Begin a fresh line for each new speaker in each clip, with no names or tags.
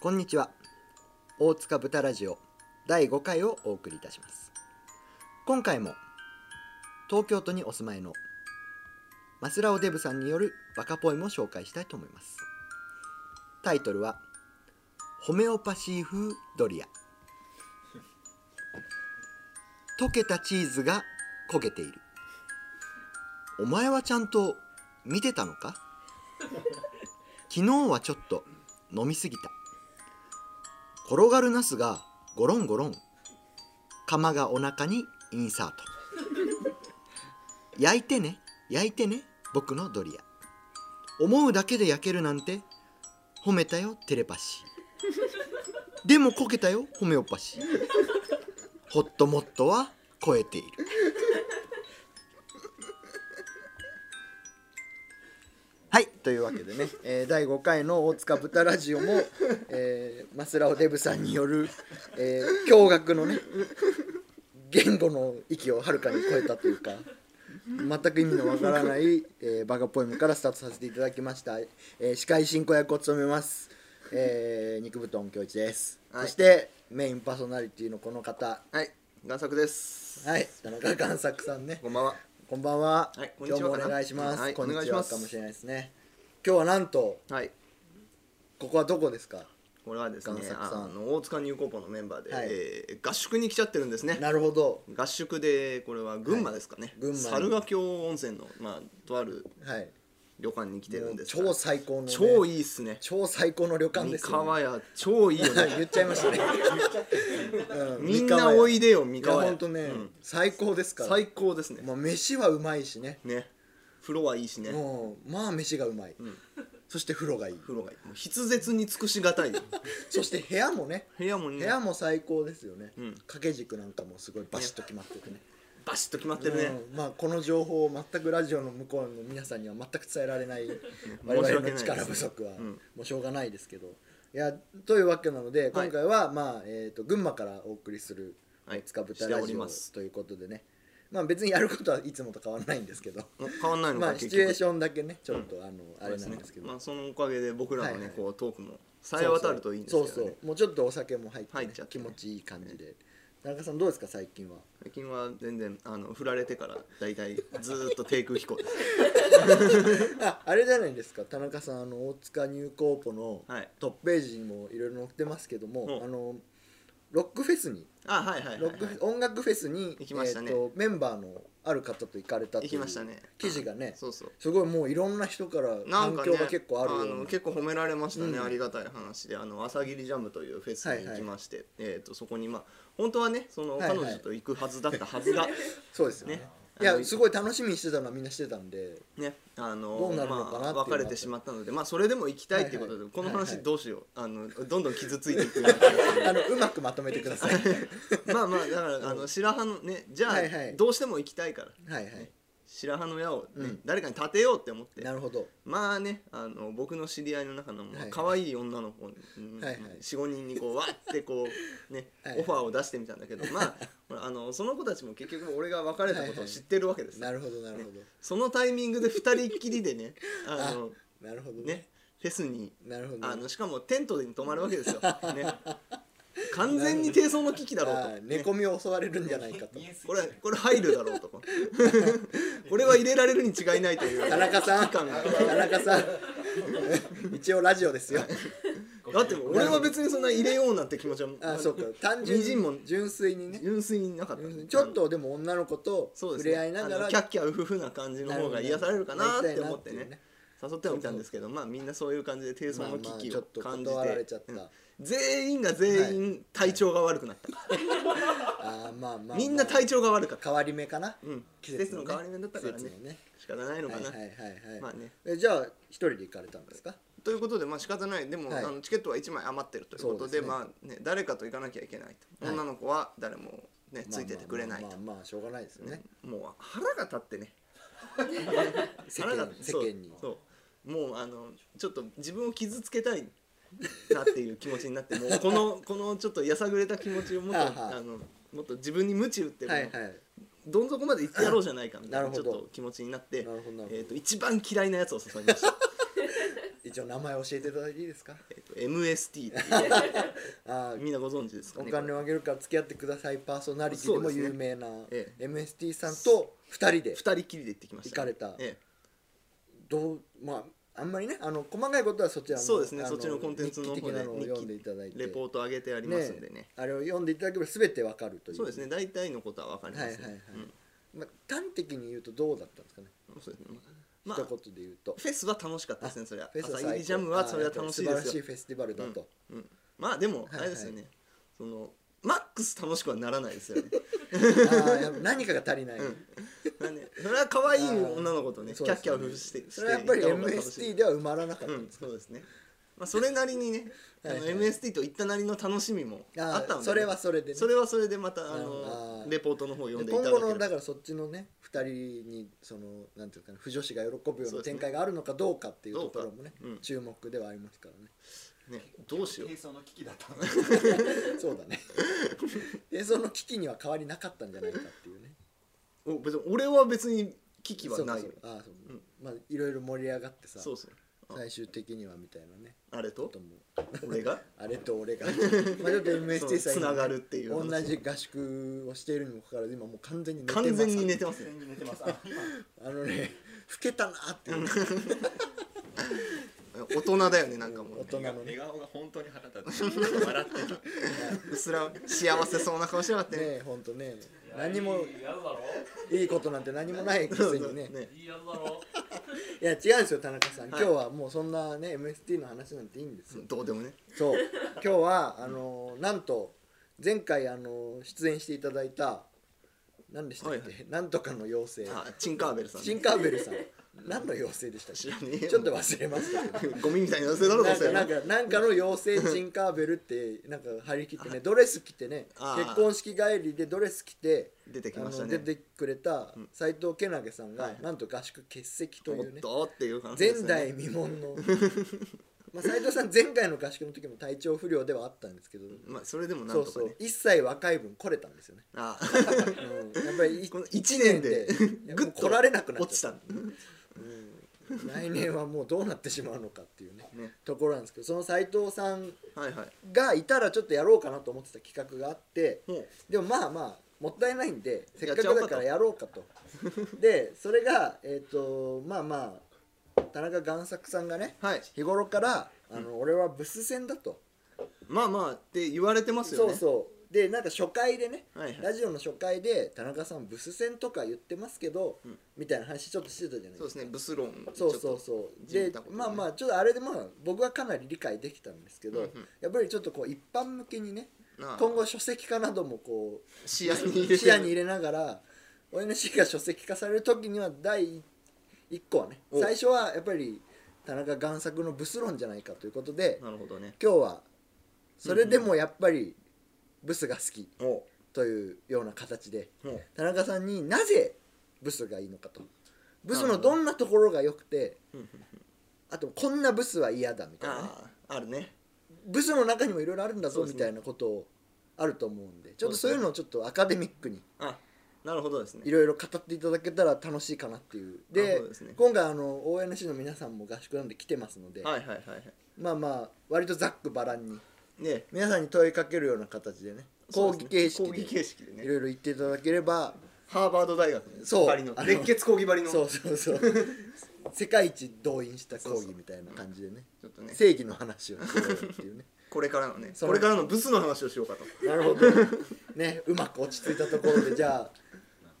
こんにちは大塚豚ラジオ第5回をお送りいたします今回も東京都にお住まいのマスラオデブさんによるバカポエムを紹介したいと思いますタイトルはホメオパシー風ドリア溶けたチーズが焦げているお前はちゃんと見てたのか昨日はちょっと飲みすぎた転がるナスがゴロンゴロン釜がお腹にインサート焼いてね焼いてね僕のドリア思うだけで焼けるなんて褒めたよテレパシーでもこけたよホメオパシーホットモットは超えているはいというわけでね、えー第5回の大塚豚ラジオも、えーマスラオデブさんによる、えー驚愕のね言語の域をはるかに超えたというか全く意味のわからない、えーバカポエムからスタートさせていただきました、えー司会進行役を務めます、えー、肉布団教一です、
はい
そしてメインパーソナリティのこの方
はい、贋作です。
はい田中贋作さんね
こんばんは。
こんばんは、
はいこん
今
に
日
ち
も
は
お
かな
願いします、
はい
こんに
お願い
ち
し
は
ます
かもしれないですね今日はなんと
はい、
ここはどこですか
これはです
贋
ね、
作
あ
さん
あの大塚ニューコーポのメンバーで、
はい
えー合宿に来ちゃってるんですね。
なるほど
合宿でこれは群馬ですかね。
い群馬に
猿ヶ京温泉のまあとある
はい
旅館に来てるんですが。
もう超最高の、ね、
超
い
いいっすね。
超最高の旅館
三
ですよ、
河屋超いいよね。
言っちゃいま したね、う
みんなおい
で
でよ三
いや
河屋。
本当ね、
うん
最高ですから
最高ですね。
まあ飯はうまいしね
ね、風呂はいいしね。
もうまあ飯がうまい、
ん
そして風呂がいい
風呂がいい。もう筆舌に尽くしがたい。
そして部屋もね
部屋も
部
ね、
屋も最高ですよね、
うん
掛け軸なんかもすごいバシッと決まっててね
バシッと決まってるね。
うんまあこの情報を全くラジオの向こうの皆さんには全く伝えられない我
申し
々の
訳ないです
力不足は
うん
もうしょうがないですけど、いやというわけなので
は
今
い
回は、まあえー、と群馬からお送りする「
はい
つかぶたラ
しており
ジオ
ま」す
ということでねまあ別にやることはいつもと変わらないんですけど
もう変わんないのか、
まあ
結
シ
局
チュエーションだけねちょっと、あのあれなんですけど
まあ、そのおかげで僕らのね、
はいはい
こうトークもさえ渡るといいんですけど、ね、
そうそうもうちょっとお酒も入って,、ね
入っちゃって
気
ね
持ちいい感じで田中さんどうですか最近は
最近は全然あの振られてから大体ずーっと低空 飛行です
ああれじゃないですか田中さんあの大塚ニューコーポの
はい
トップページにもいろいろ載ってますけども、
うん
あのロックフェスに
あはいはいはい、
ロ
はい
ックフェス音楽フェスに
行きましたね
えーとメンバーのある方と行かれたって
行
い
き
う
ましたね
記事がね
そうそう
すごいもういろんな人から
な
反
んかね
響が結構あるような
の結構褒められましたね、
うん
ありがたい話であの朝霧ジャムというフェス
はい
に
は
行
い
きまして、えー、とそこにまあ本当はねその
はいはい
彼女と行くはずだったは ずが、
そうですよね
ね
い
あ
や
の
すごい楽しみにしてたのはみんなしてたんで
ねあの
どうなるのかなっていうの
ま
は
あ、別れてしまったので、まあ、それでも行きたいっていうことで、
はいはい
この
はいは
話
い
どうしよう、あのどんどん傷ついていくな
あのうまくまとめてくださいはい
まあまあだからあの白羽のねじゃあ、
はいはい
どうしても行きたいから
はい
白羽の矢を、
う
ね
ん
誰かに立てようって思って
なるほど
まあねあの僕の知り合いの中の
はいはい
可愛い女の子うん
はいはい
45人にこうわってこうね
はいはい
オファーを出してみたんだけど まあほらあのその子たちも結局俺が別れたことを知ってるわけですよ
なるほどなるほど
そのタイミングで2人っきり でねあの
なるほど
ねフェスに
なるほど
あのしかもテントに泊まるわ けですよ、ね、完全に低層の危機だろうと
あ。ー寝込みを襲われるんじゃないかと
これこれ入るだろうとか これは入れられるに違いない という
田中さん田
感が
中さん一応ラジオですよ
だって俺は別にそんな入れようなんて気持ちは
あそうか単純
みじんも
に純粋にね
純粋になかった
純粋にちょっとでも女の子と
そ
触
うですね
れ合いなが
あの
ら
キャッキャウフフな感じの方が癒されるかなって思って
なりたいな
ね誘ってはみたんですけどまあみんなそういう感じで低層
まあま
の
あ
危機
ちょ
を
っと
感じ
断られち
て
ゃった、
全員が全員体調が悪くなった、
あーまあまあまあ
みんな体調が悪かった、
変わり目かな、
うん、
季
季
節
節
のね
の変わり目だったから
季
ね
節のね
仕方ないの
は
か
い
な、
はいはいはい、
まあね
えじゃあ一人で行かれたんですか
ということでまあ仕方ないでも、
はい
あのチケットは1枚余ってるということ
そうで
で,、
すね
まあね、誰かと行かなきゃいけないと、
はい
女の子は誰も、ね、ついててくれないと、
まあまあまあまあしょうがないですよね、
もう腹が立ってね
世
腹
間
が
世間に
そうそうもうあのちょっと自分を傷つけたいなっていう気持ちになって もうこのこのちょっとやさぐれた気持ちをもっと
はあはあ
あのもっと自分に鞭打っても
は
う、
いはい
どん底まで行ってやろうじゃないかみたいな
なる
ち
ほ
ょっ
ど
と気持ちになって
なるほどなるほど
えー、と一番嫌いなやつを誘いました、
一応名前教えていただいていいですか
えーと MST って
あ
いうみんなご存知ですか
お
ね
金をあげるから付き合ってくださいパーソナリティでも有名な
うですね
MST さんと2人で
二人きりで行ってきましたね、
行かれた
え
どうまああんまりねあの細かいことはそちらの
そうですね
あ
そっちのコンテンツの方で
日記的なのを
日記
読んでいただい
え
て
レポート上げてありますんでね
あれを読んでいただければ全てわかるという
そうですね大体のことは分かりますね、
はいはいはいまあ、端的に言うとどうだったんですかね、
うん、そうですねまあ、まあ、フ
一言で言うと
ェスは楽しかったですねそれは
フェスは最
朝入
高
りジャムはそれは楽しいで
あーやっぱり素晴ら
す
しい
よ
フェスティバルだと、
うん、まあでも
い
あれですよね、そのマックス楽しくはならないですよね
あーやっぱ何かが足りない、
なんでそれは可愛い女の子とねキ
そう
ャ
で
ッ
す
キャ
よ
ッしてして
それはやっぱり
行った方が楽しい
MST では埋まらなかった、
うん、そうですね。まあそれなりにね、あの
はいはい
MST といったなりの楽しみも
あー
あったので、
それはそれでね
それはそれでまたあ
あ
の
ー
レポートの方を読ん
で
でいた
今
だ
後
け
のだ
れば
からそっちのね2人にそのなんていうかな不女子が喜ぶよう
そう
な
ですね
展開があるのかどうかっていう
ど
と
うか
ころもね
うん
注目ではありますからね
ね、どうしよう
低。層の危機だったの
そうだねでその危機には変わりなかったんじゃないかっていうね
お別に俺は別に危機はないよ
そう。そうあーそう、
うん
まあいろいろ盛り上がってさ
そうそう。あ
最終的にはみたいなね
あれ
こととも
俺が
あれと俺 がまあちょっと MST さん
つながるっていう話
同じ合宿をしているにもかかわらず今もう完全に寝てます
完全に寝てますね。
完全に寝てますあ今
あのね老けたなっていう
大人だよねなんかもう
大、人のね
笑顔が本当に腹立つ笑ってた
うっすら幸せそうな顔しやがってね。
ねえほんとね何も
いいやつだろ
いいことなんて何もないくせにね
ね
いいやつだろ
いや違うんですよ田中さん、
はい
今日はもうそんなね MST の話なんていいんですよ
どうでもね。
そう今日はあのーなんと前回あのー出演していただいた何でしたっけ、
はいは
なんとかの妖精
あチンカーベルさんね。
シンカーベルさん何の妖精でしたっ
知
け
らねえよ。
ちょっと忘れましたけど
ゴミみたいなせだろどう
なん
せ
か。なんかなんかの妖精チンカーベルってなんか張り切ってねドレス着てね
あー
結婚式帰りでドレス着て
出てき
あ
ました
の
ね
出。てくれた斎藤けなげさん
は
が
い
なんと合宿欠席と
お
い
っ
うね
とっていう話で
前
すよね。
代未聞の まあ斎藤さん前回の合宿の時も体調不良ではあったんですけど
まあそれでもなん
そ
と
う
かね。
そう一切若い分来れたんですよね
あ
うんやっぱりい
この一年で
一年で
ぐっ
もう来られなくなっ
落ち
ちゃ
た
っ
ね
た来年はもうどうなってしまうのかっていうねところなんですけどその斎藤さん
はいはい
がいたらちょっとやろうかなと思ってた企画があって
もう
でもまあまあもったいないんでせっかく
やっちゃおうか
だ
と
からやろうかとでそれがえっ、とまあまあ田中贋作さんがね
はい
日頃からあの、俺はブス戦だと
まあまあって言われてますよ
そう
ね
そうでなんか初回でね、
はいはい
ラジオの初回で田中さんブス戦とか言ってますけど、
うん
みたいな話ちょっとしてたじゃない
そう
で
ですす
か
ねブス論
そうそうそうで、まあま
あ
あちょっとあれでまあ僕はかなり理解できたんですけど、
うんうん
やっぱりちょっとこう一般向けにね
ああ
今後書籍化などもこう
視野に入れ て
視野に入れなが ら ONC が書籍化される時には第1個はね
お
最初はやっぱり田中贋作のブス論じゃないかということで
なるほどね
今日はそれでもやっぱりブスが好き
おお
というような形で
う
田中さんになぜブスがいいのかとブスのどんなところが良くてあとこんなブスは嫌だみたいなね
あああるね
ブスの中にもいろいろあるんだ
そ
ぞ
う
み
ですね
たいなことをあると思うんでちょっとそういうのをちょっとアカデミックに
あなるほどです
い
ね
ろいろ語っていただけたら楽しいかなっていう
あ
で
そうですね
今回あの ONC の皆さんも合宿なんで来てますので
はいはいはいはい
まあまあ割とざっくばらんに
ね
皆さんに問いかけるような形でね講義形
そう
式
ですね講
で
義形式で
い
ね
ろいろ言っていただければ
ハーバード大学の
そう
張りの
あの
熱血講義張りの
そうそうそう世界一動員した講義みたいな感じでね
ちょっとね
正義の話をしようっていうね
これからのね
そ
こ
の
れからのブスの話をしようかと
なるほどねうまく落ち着いたところでじゃあ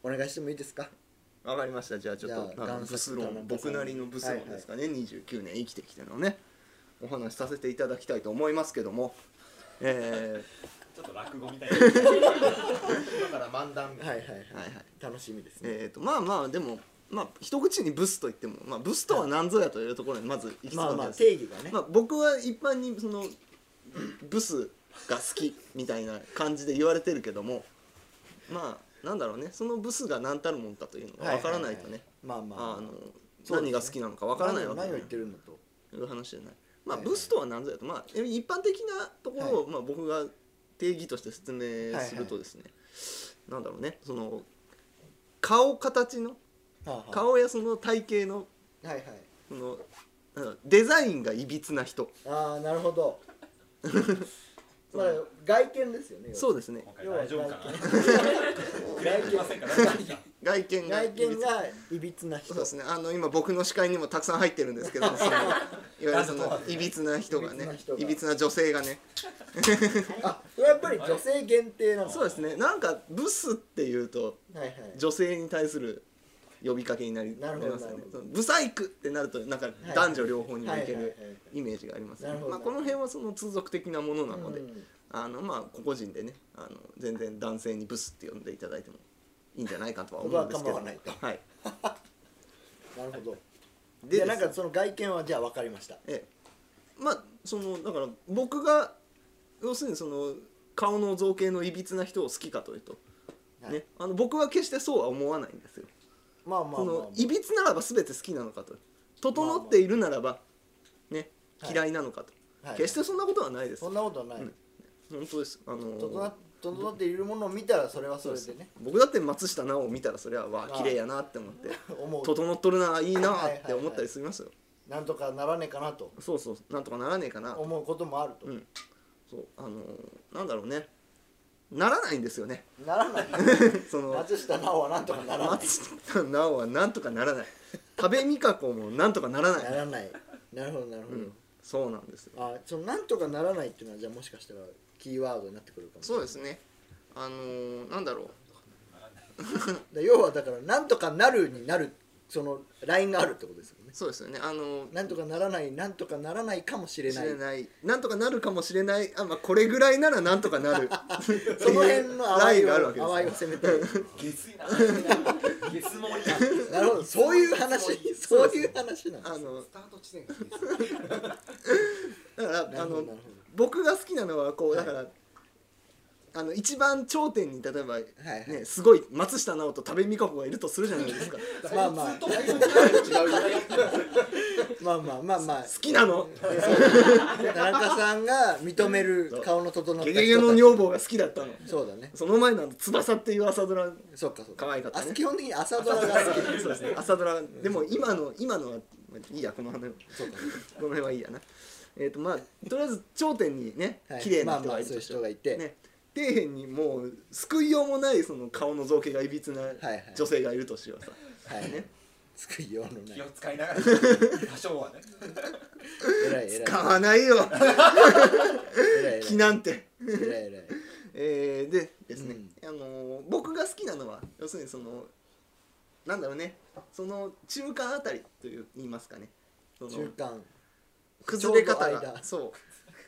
お願いしてもいいですか
わかりましたじゃあちょっ
じゃあ
とあの
贋作
ブス
田中さ
論
ん
僕なりのブス論ですかね、29年生きてきてのねお話しさせていただきたいと思いますけどもえ
ちょっと落語みたいな今から漫談みた
は
いな
いはいはい
ー、はいはい
楽しみですね
えー、とまあまあでもまあ一口にブスと言っても、まあ、ブスとは何ぞやというところにまず行き着く
まあま
わ
あ
けです
定義がね
まあ僕は一般にそのブスが好きみたいな感じで言われてるけどもまあなんだろうねそのブスが何たるもんかというのが分からないとね
まあまあ
あの
そうですね
何が好きなのか分からないわけ
何を何を
だよ
言ってるんだと
いう話じゃない。まあ、
はいはい
ブスとは何ぞやと、まあ、一般的なところを、まあ、僕が定義として説明するとですね、なんだろうねその顔形の
はあはあ
顔やその体型の
はいはい
そのなんだろうデザインがいびつな人
ああなるほどまあ外見ですよね
そうですね
今回
要は
大丈夫かな暗い きませんか
外見が
外見がいびつな人
そうですねあの今僕の視界にもたくさん入ってるんです けどもそのいわゆるそのいびつな人がね
いびつな人が
いびつな女性がね
あそれはやっぱり女性限定なんだ
そうですねなんかブスっていうと
はいはい
女性に対する呼びかけになり
なるほど
ますよね
なるほど
そのブサイクってなるとなんか
い
男女両方にもいけ
はいはい
る
はいはい
イメージがありますね
なるほど
まあこの辺はその通俗的なものなので、
うん
あのまあ個々人でねあの全然男性にブスって呼んでいただいてもいいんじゃないかとは思うんですけど
ここは構わないと
はい
なるほどで
でで
な
す
んかその外見はじゃあ分かりました
ええまあそのだから僕が要するにその顔の造形のいびつな人を好きかというと、
はい
ね、あの僕は決してそうは思わないんですよ。
まあまあまあ
そ
まあ
のいびつならば全て好きなのかと整っているならば、ね、
はい
嫌いなのかと、
はい
決してそんなことはないです。
そんなことはない
うん本当ですあのー
整っ整っているものを見たらそれはそれでね
僕だって松下奈緒を見たらそれはわ
まあ
あ綺麗やなって思って
思う
整っとるないいなって思ったりしますよ、
なんとかならねえかなと
そうそうなんとかならねえかなと
思うこともあると
うんそうあのーなんだろうねならないんですよ ね
ならない
その
松下奈緒はなんとかならない
松下奈緒はなんとかならない多部未華子もなんとかならない
ならないなるほどなるほ
う
ど、
ん、そうなんですよ
あそのなんとかならないっていうのはじゃあもしかしたらキーワードになってくるかも
そうですねあのーなんだろ
だ要はだからなんとかなるになるそのラインがあるってことですよね
うそうですよねあのー
なんとかならないなんとかならないかもしれ
知
ない
れないなんとかなるかもしれないあ、まあ、これぐらいならなんとかなる
その辺の
ラ
淡い
インが
を
あるわけですね
淡いを攻めて る
下水な下水もいい
なるほどそういう話 そういう話なんで
あ
す
の
スタート地点が下水
だから
な
あ
るほど
の
なるほ
僕が好きなのはこう
は
だ
い
から、あの一番頂点に例えば、
はいはい
ね、すごい松下奈緒と多部未華子がいるとするじゃない ですか好
どまあまあ
そいつと違う
まあまあまあまあ
き なの
田中さんが認める顔の整った
ゲ
人
ゲゲの女房が好きだったの
そうだね
その前のあの翼っていう朝ドラ
そっかそっか
可愛かったね
あ基本的に朝ドラが好き
そうですね朝ドラでも今の今のはまあいいやこの辺は
そうか
この辺はいいやなえっ、とまあとりあえず頂点にね
はい
綺麗
まあ
な人
ま
が
あ
いる
そういう
として
人がいて、
ね、底辺にもう救いようもないその顔の造形がいびつな
はい
女性がいるとしようさ、
はいね
ね
救いようのな
気 を
い
使いながら多少はね
偉い偉い
使わないよ
偉い偉い
気なんて、
偉い偉い
えーでですね、あのー僕が好きなのは要するにそのなんだろうねその中間あたりという言いますかねその
中間
崩れ方
ちょうど間
がそ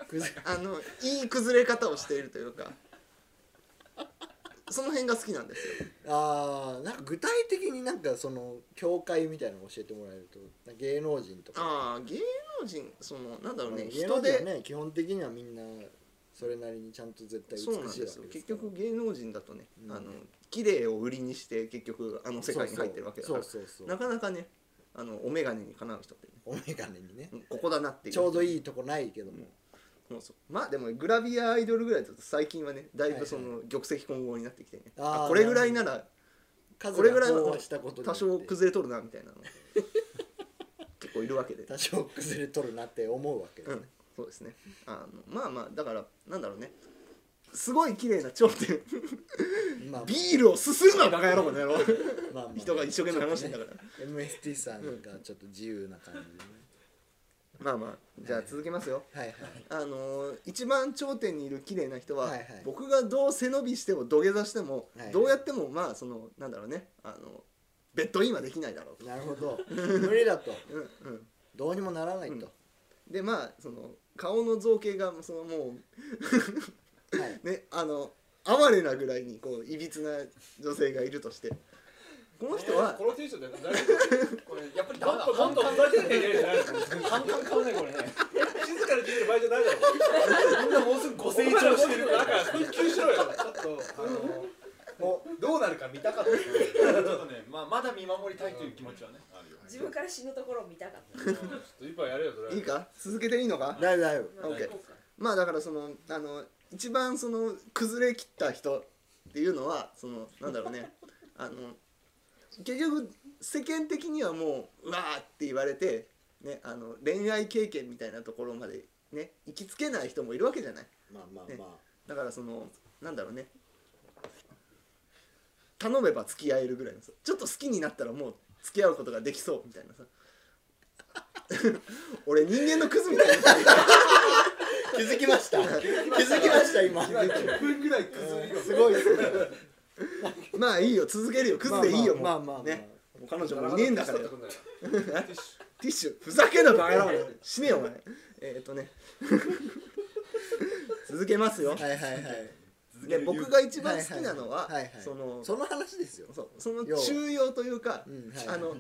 う
くず
あのいい崩れ方をしているというかその辺が好きなんですよ
あーなんか具体的になんかその境界みたいなの教えてもらえると芸能人とか
ああ芸能人そのなんだろうね,、
まあ芸能
人
人は
で、
ね基本的にはみんなそれなりにちゃんと絶対美しい
そ
わ
う
け
なん
です
ですよ
から
結局芸能人だとね、
うん
あの綺麗を売りにして結局あの世界に入ってるわけだから
そうそうそうそう
なかなかねあのお眼鏡にかなう人ってね、
お眼鏡にね
うんここだなっていう
ちょうど
い
いいとこないけども
そうそうまあでもグラビアアイドルぐらいだと最近はねだいぶそ
はい
の玉石混合になってきてね、
あー
あこれぐらいなら
数
これぐ
が
らい
飽
は
和したことによ
多
って
少崩れとるなみたいなの 結構いるわけで
多少崩れとるなって思うわけです
う
ね、
ん、そうですねあのまあまあだからなんだろうねすごい綺麗な頂点
まあ
ビールをすするなバカ野郎この野郎
まあまあ
人が一生懸命話してんだから、
MST さんがちょっと自由な感じでね、
まあまあじゃあ続けますよ
はいはい
あのー一番頂点にいる綺麗な人は、
はいはい
僕がどう背伸びしても土下座しても、
はいはい
どうやってもまあそのなんだろうねあのベッドインはできないだろうと、
なるほど無理だと
うんうん、
どうにもならないと、
でまあその顔の造形がそのも
はいう
ねあの哀れなぐらいにこういびつな女性がいるとしてこの人は
このテンションで大丈夫これやっぱりどんどんどんどん生まれてるねカンカン買わないこれね静かに聞いてる場合じゃないだろみんなもうすぐご成長してるから復旧しろよ
ちょっとあの
お
どうなるか見たかったですねちょっとねまあまだ見守りたいという気持ちはねあるよ
自分から死ぬところを見たかった。
ちょっと一杯やれよそれ
いいか続けていいのか
だいぶだいぶ
オッケー
行こうか
まあだからそのあの一番その崩れ切った人っていうのはそのなんだろうねあの結局世間的にはもううわーって言われて、ね、あの恋愛経験みたいなところまでね行きつけない人もいるわけじゃない
まあまあ
ね
まあ、
だからそのなんだろうね頼めば付き合えるぐらいのさちょっと好きになったらもう付き合うことができそうみた いなさ俺人間のクズみたいな
気づきました気づきました今
10分ぐらいくずりが
すごいですね
まあいいよ続けるよクズでいいよもう、
まあまあまあまあ
ねもう彼女もいねえんだから よ
ティッシュ
ティッシュふざけんなバカ野郎死ねよお前えーっ とね続けますよ
はいはいはい
続け
で
る
僕が一番好きなのは
はいはい
その
その話ですよ
そうその中庸というか、
うんはい
あの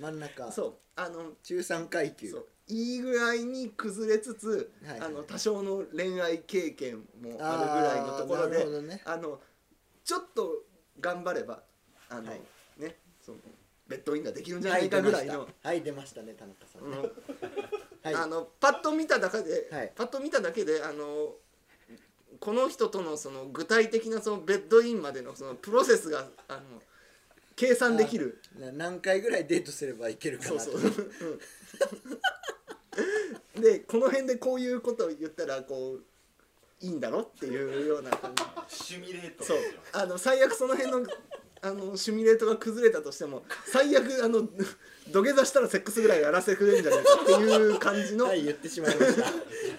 真ん中
そうあの
中産階級
そういいぐらいに崩れつつ、
はい
あの多少の恋愛経験もあるぐらいのところ
あーな
で
るほどね
あのちょっと頑張ればあの、
はい
ねそのベッドインができるんじゃ
は
ない
い
か
出
ぐ
ま
ら
し
い
た
の。
はい出ましたね田中さん、
あの
はい
あのパッと見ただけで、
はい
パッと見ただけであのこの人とのその具体的なそのベッドインまでのそのプロセスがあの計算できる
な何回ぐらいデートすればいけるか
そう
なと
そう、うん でこの辺でこういうことを言ったらこういいんだろっていうような感じ
シミュレート
そうあの最悪その辺のあのシミュレートが崩れたとしても最悪あの土下座したらセックスぐらいやらせてくれるんじゃないかっていう感じの、
はい言ってしまいました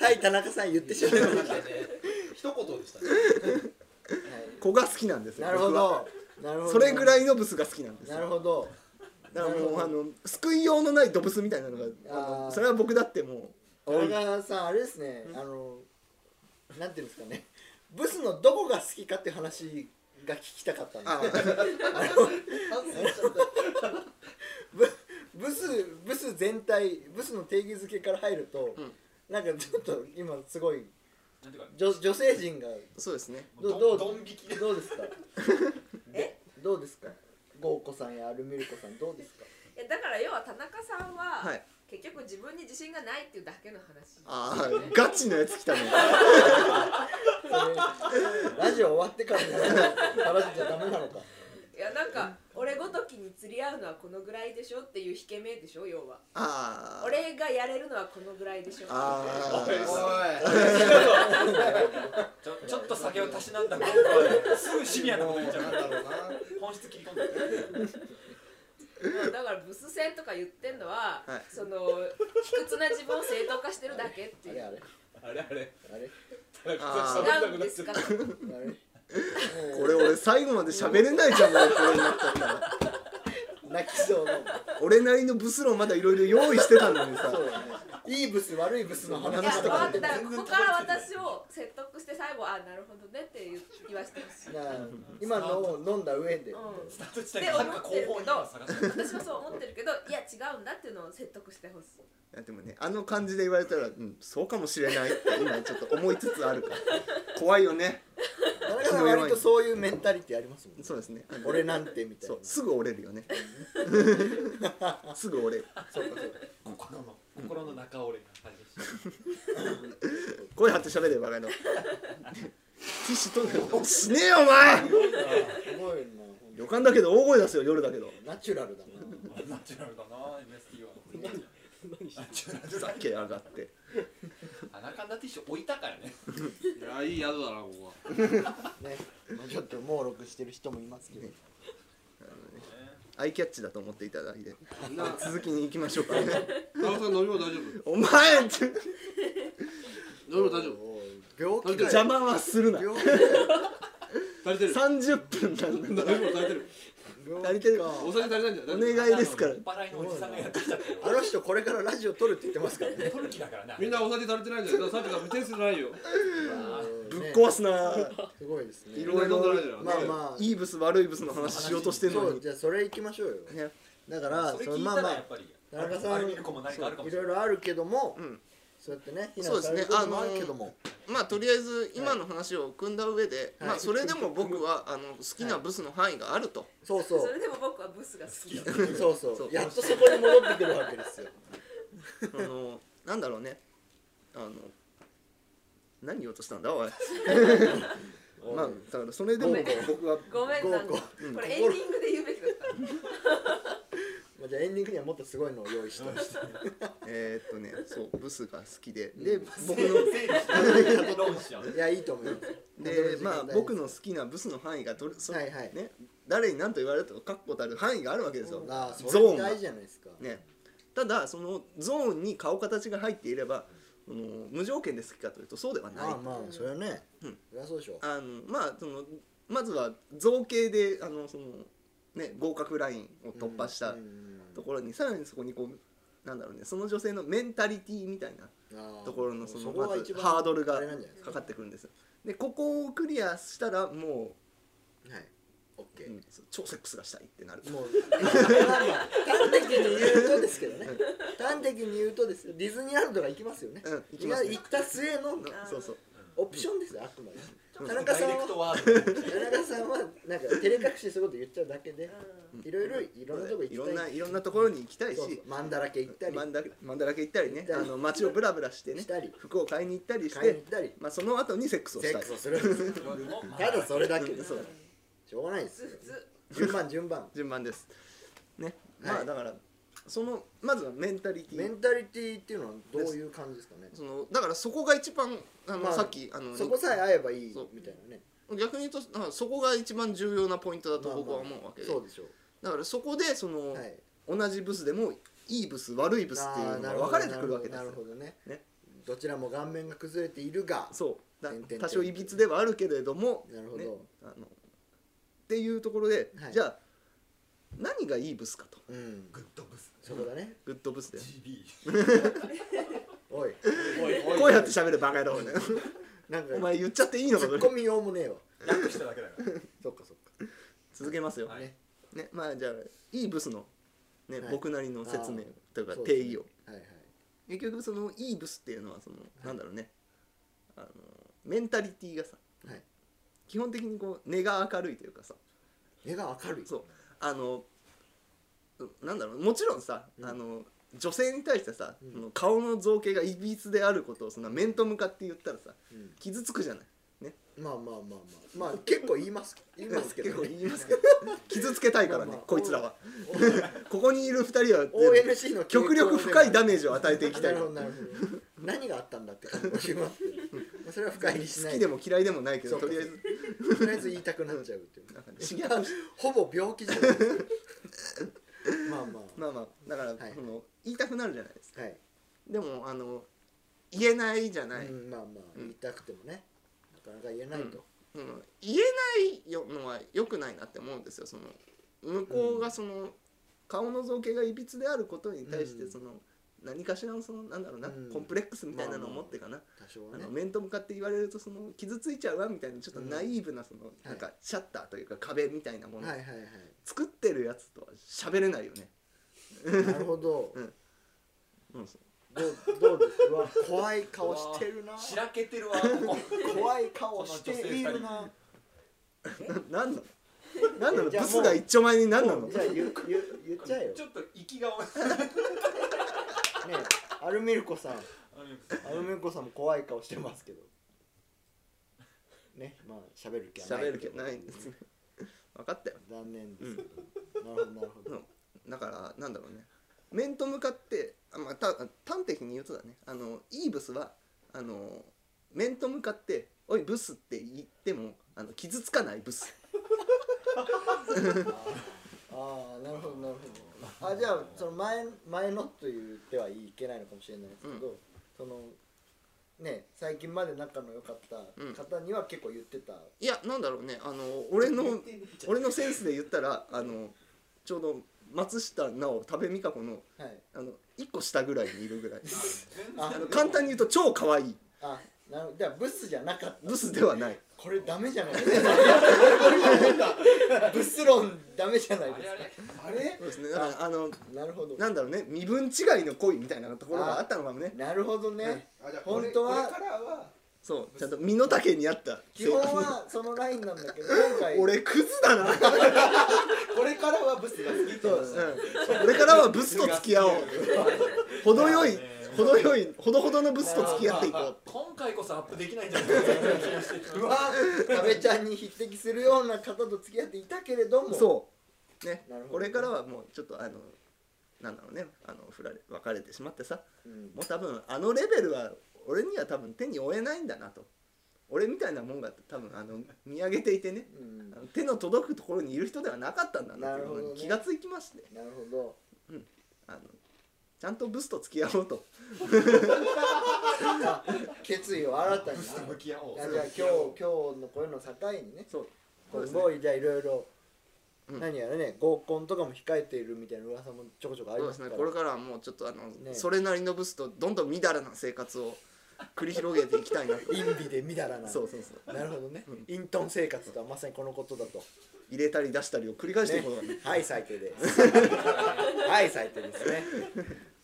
はい田中さん言ってしまいまし
一言でしたね
子が好きなんです
たな
よ
るほ
僕は
どなるほど
それぐら
い
いのブスが好きなんですよ
なるほど
だからもう
な
あ
るほ
の救いようのないドブスみたいなのがあの
あー
それは僕だってもう
田中さんあれですねあのなんていうんですかねブスのどこが好きかっていう話が聞きたかったんです
あー
ブブスブス全体ブスの定義づけから入ると、
うん
なんかちょっと今すごい
なんていうか
女女性陣が
そうですね
ど
ど
ど
んド
う
ン引きで
どう ですかどうですかゴーコさんやアルミルコさんどうですか
いやだから要は田中さんは、
はい
結局自分に自信がないっていうだけの話
ああガチのやつ来たね
それ ラジオ終わってからじゃ話じゃダメなのか
いやなんか、俺ごときに釣り合うのはこのぐらいでしょっていう引け目でしょ要は
ああ
俺がやれるのはこのぐらいでしょ
あ
おいちょちょっと酒をたしなんだことすぐシビアなこと言っちゃうから本質切り込んで
もうだからブス戦とか言ってんのは、
はい
その卑屈な自分を正当化してるだけって
あ
いう
れあれ
あれあれ
あれ
あ
違うんですか
あれ
ーこれ俺最後まで喋れないじゃんもうこれになったら
泣きそうな
俺なりのブス論まだいろいろ用意してたのにさ
そうだねいいブス悪いブスの
いや
話と
わ
か
かってたここから私を説得して最後あなるほどねって言う言わせてほしい、
なあ今のを飲んだ上で
うん
スタート地点がなんか後方に今探してる
私もそう思ってるけどいや違うんだっていうのを説得してほしい
いやでもねあの感じで言われたら、うん、そうかもしれないって今ちょっと思いつつあるから怖いよね
田中さん割とそういうメンタリティありますもんね
そうですねあの
俺なんてみたい
そ
な
うすぐ折れるよねすぐ折れる
そうかそうか
心の心の中折れが激しい
声張って喋れバカの ティッシュ取るよ死ねえよお前
すごいな
旅館だけど大声出すよ夜だけど
ナチュラルだな
ナチュラルだな MST はナチュラル
ふざけやがって
あなかんだティッシュ置いたからね
いやいい宿だなここは
ね、まあちょっと猛録してる人もいますけど、
アイキャッチだと思っていただいて
な
続きに行きましょうか
田中さん飲み物大丈
お前って
夫飲み物大丈夫
病気だ
邪
よ
魔はするな
病気だよ
足りてる
30分なんだ
飲み物足りてる
足り
病
て
気
る
か
お酒足りないんじゃ
お
ない
願いですから
酔っ払いのおじさんがやってきたって
あの人これからラジオ撮るって言ってますからね
トルキだからな
みんなお酒足りてないんじゃないさっきから無点数じゃないよ
ぶっ
ね
壊すな
すごいですね
いろいろ
まあまあ
いいブス悪いブスの話しようとしてん
そ
の
う
に
じゃあそれ行きましょうよ
ね
だから
それ
そ
聞
の
い
ま
た
あ
ら
ま
やっぱり
田中さん
アルミルコも何かあるか
あ
も
い
しれ
ろ
ない
いろあるけども、
うん
そうやってね非難される
そうですね
こともあるけども、
まあとりあえず今の話を組んだ上で、
はい
まあそれでも僕はあの好きなブスの範囲があると、
そうそう
それでも僕はブスが好きだ
そうそう
そう
やっとそこに戻ってくるわけですよ
あのなんだろうねあの何言おうとしたん だおいまあだからそれでも
ごめん
僕は
ごめんなん
豪
だ
華
これエンディングで言うべきだった
まあ、じゃあエンディングにはもっとすごいのを用意してました
えーっとねそうブスが好きで で僕の
整理した論者
いやいいと思います
でまあ僕
の
の好きなブスの範囲がどれそ
はいはい
ね、誰に何と言われると確固たる範囲があるわけですよ、
ああ
ゾ
そ
ー
れ
ンが
大事じゃないですか、
ね、ただそのゾーンに顔形が入っていればあの無条件で好きかというとそうではない
まあまあそれはね、
うん
そりゃそうでしょ
あのまあそのまずは造形であのその、ね、合格ラインを突破した
うん
ところに、さらにそこにこうなんだろうねその女性のメンタリティみたいな
ああ
ところのその
こが
ま
一
ず
番
ハードルが
あれなんじゃないです
かかってくるんですよでここをクリアしたらも
かはいオッケ
う、
ー、
うん超セックスがしたいってなる
もうまあまあ端的に言うとですけどね端的に言うとですよディズニーランドが行きますよね、
うん行きますね
行った末の
あー
そうそう
オプションですよあくまで田中
ダ
さん
イレク
は
トワード
田中さんはなんか照れ隠しすること言っちゃうだけで
う
いろいろいろんなとこ行
いろ
き
ん
た
ないいろんなところに行きたいし
そうそうマンだらけ行ったり
マンダマンダラケ行ったり
行
ね
った
あ
り
の街をブラブラしてね
したり
服を買いに行ったりし
買いに行
て
ったり
まあその後にセックスをし
セ
た
ッ
い
クスをするんです
夜も
ただそれだけ
う
で
ん
す
そう
しょうがないで
普
す
通
よ
普通
順番順番
順番ですね
はい
まあだからそのまずはメンタリテ
メ
ィ
ンタリティっていうのはどういう感じですかね
そのだからそこが一番
ま
あの
あ
さっきあの
そこさえ合えばいい
そう
みたいなね
逆に言うとあそこが一番重要なポイントだと
まあまあ
僕は思うわけで
そうでしょう
だからそこでその
はい
同じブスでもいいブス悪いブスっていうのが分かれてくるわけです
なるほ
よ
どね
ね
どちらも顔面が崩れているが
そうだ
点々点々
多少いびつではあるけれども
なるほど
ねあのっていうところで、
はい
じゃあ何がいいブスかと
うん
グッドブス
そこだね
グッドブスで
GB
おい
おいおい
こうやって喋るバカ野郎
なんか
お前言っちゃっていいの
ツ
かそ
ッ
れ
コミ用もねえわ
略しただけだから
そっかそっか
続けますよ、
はい
ね
ねまあじゃあいいブスの、ね
はい
僕なりの説
あ
明
ー
というか
そうです
定
ね
義を
はいはい
結局そのいいブスっていうのはその、なんだろうねあのメンタリティーがさ
はい
基本的にこう根が明るいというかさ
目が明るい
そうあのうなんだろうもちろんさ、
うん
あの女性に対してさ、
ん
その顔の造形がいびつであることをそんな面と向かって言ったらさ
うん
傷つくじゃない
まあまあまあまあまあ結構言います言いますけど
結
ね
構言いますけど 傷つけたいからね、
まあまあ
こいつらは ここにいる2人は
ONC の
極力深いダ
メ
メージを与えていき
ない
た
る
か
ほど
ら
なるほど何があったんだって感じしますけ どまあそれは深入りしな
好
い
きでも嫌いでもないけ
そ
ど
うか
とりあえず
とりあえず言いたくなっちゃうっていう
なんか ね刺激をし
ほぼ病気じゃ ないですかまあま
まあまあだから、
はい
その言いたくなるじゃないですか
あはい、
でもあの言えないじゃない、
うん、まあまあ
うん
言いたくてもねなかなか言えないと、
うん言えないよのは良くないなって思うんですよその向こうがその、顔の造形がいびつであることに対し
う
て
ん
その、何かしらのそのなんだろうな、
うん
コンプレックスみたいなのを持ってかな、
多少
あ
はね
の面と向かって言われるとその傷ついちゃうわみたいなちょっとナイーブなその、なんかシャッターというか壁みたいなもの、
はいはいは
作ってるやつとは喋れないよね。
いなるほど、
うんうん、そう
どうどうですうわ怖い顔してるな
しらけてるわここ
怖い顔しているな
なんなのなん なの
じゃあ
ブ
もう
スが一丁前になんなの
じゃあ言う言う言っちゃえよ、
ちょっと息が多い
ねえアルミルコさんア
あの
ルミルコさんも怖い顔してますけどねまあ喋る気はない
喋る気はないんですね。 分かったよ。
残念ですけど、なるほどなるほど、
だからなんだろうね面と向かって、あまあ、た端的に言うとだねあのいいブスはあの面と向かって「おいブス」って言ってもあの傷つかないブス
ああなるほどなるほどあじゃあその前前のと言ってはいけないのかもしれないですけど、そのね最近まで仲の良かった方には結構言ってた、
いやなんだろうねあの俺の俺のセンスで言ったらあのちょうど松下奈緒多部未華子の
はい
あの1個下ぐらいにいるぐらい
あ
あの簡単に言うと超可愛い
あなるじゃあブスじゃなかった
ブスではない
これダメじゃないですかブス論ダメじゃないですかあれ
そうですねだからあの
なるほど
なんだろうね身分違いの恋みたいなところがあったのかもね
なるほどね
あじゃあ
本当は
これこれからは
そうちゃんと身の丈に合った
基本はそのラインなんだけど今回
俺クズだな、
これからはブスが好きって
そう
こ
で
と
す
だ
ね
これからはブスと付き合おう程よい程よいほどほどのブスと付き合っていこう
今回こそアップできないんじゃないかなって気がしてきま
うわー食べちゃんに匹敵するような方と付き合っていたけれども
そうね
なるほど
これからはもうちょっとあのなんだろうねあの振られ別れてしまってさ
うん
もう多分あのレベルは俺には多分手に負えないんだなと俺みたいなもんが多分あの見上げていてね
うん
あの手の届くところにいる人ではなかったんだなっていうこ
なるほ
とに
どね
気がつきまして、
なるほど
あのちゃんとブスと付き合おうと
決意を新たに
ブスと向き合おう
あじゃあ今日今日のこういうのを境にね
そう
今後じゃあいろいろ
うん
何やらね合コンとかも控えているみたいな噂もちょこちょこあり
そう
ま
ですす
か
ね
ら
これからはもうちょっとあの、
ね
それなりのブスとどんどんみだらな生活を繰り広げていきたい なと
インビでみだらな
そうそうそう
なるほどね
うん
隠遁生活とはまさにこのことだと
入れたり出したりを繰り返していくことがね、
はい最低です はい最低ですね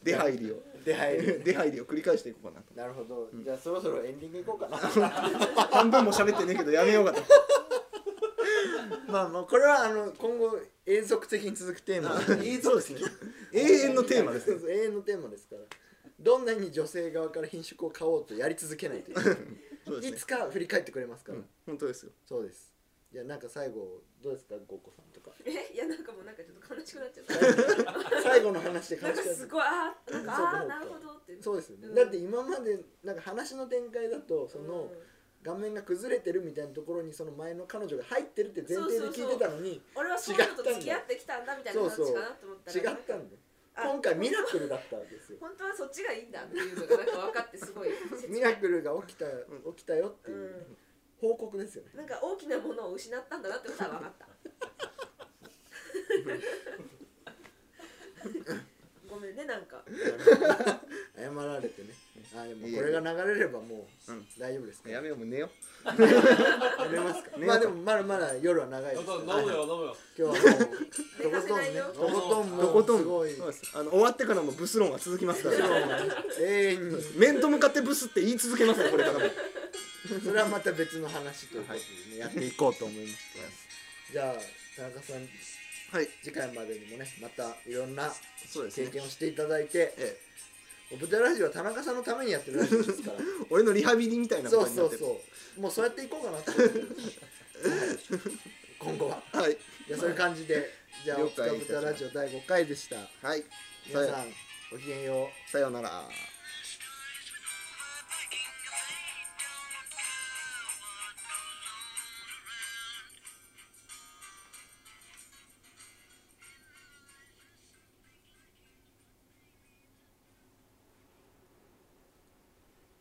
出入 りを
で入る
出入りを繰り返していこうかなと
なるほどじゃあそろそろエンディングいこうかな
半分も喋ってねえけどやめようかと
まあまあこれはあの今後永続的に続くテーマ
そうで すね永遠のテーマです
そうそう永遠のテーマですからどんなに女性側から品種を買おうとやり続けないといけない
そうです
い
ね
つか振り返ってくれますか
う
ら、
ん本当ですよ
そうですじゃあなんか最後どうですかゴーコさん とか
えいやなんかもうなんかちょっと悲しくなっちゃった
最後の話で
な
感
ん
じ
か
が
すごいあーなんかあ
そうかそうか
ーなるほどって
そうですよね、
うん
だって今までなんか話の展開だとその
うん
顔面が崩れてるみたいなところにその前の彼女が入ってるって前提で聞いてたのに
俺はそういうのと付き合ってきたんだみたいな話かなと思ったら
違ったんで
あ
今回ミラクルだったんですよ
本当はそっちがいいんだっていうのがなんか分かってすごい切ない
ミラクルが起きた起きたよっていう
う
報告ですよね
ん、なんか大きなものを失ったんだなってことは分かったごめんねなんか
謝られてねあでもこれが流れればもう
うん
大丈夫ですか
やめようもう寝よ
やめますか
ね
まあでもまだまだ夜は長いです
飲
から
むよ飲むよ
今日はもうとことんねとことん
う
もうすごい
そうですあの終わってからもブス論は続きますから
永遠に
面と向かってブスって言い続けますよこれからも
それはまた別の話ということでねやっていこうと思いますじゃあ田中さん
はい
次回までにもねまたいろんな
そうです
経
ね
験をしていただいて
え
豚ラジオは田中さんのためにやってるラジオですから
え俺のリハビリみたいな
そ
こと
う
にな
そ
っ
う
てる
そうもうそうやっていこうかな と思ってるはい今後は
はい
いやそういう感じでじゃあ「
了
おつか
解い
ぶ
たしました
たラジオ」第5回でした
はい
皆さんごきげんよう
さようなら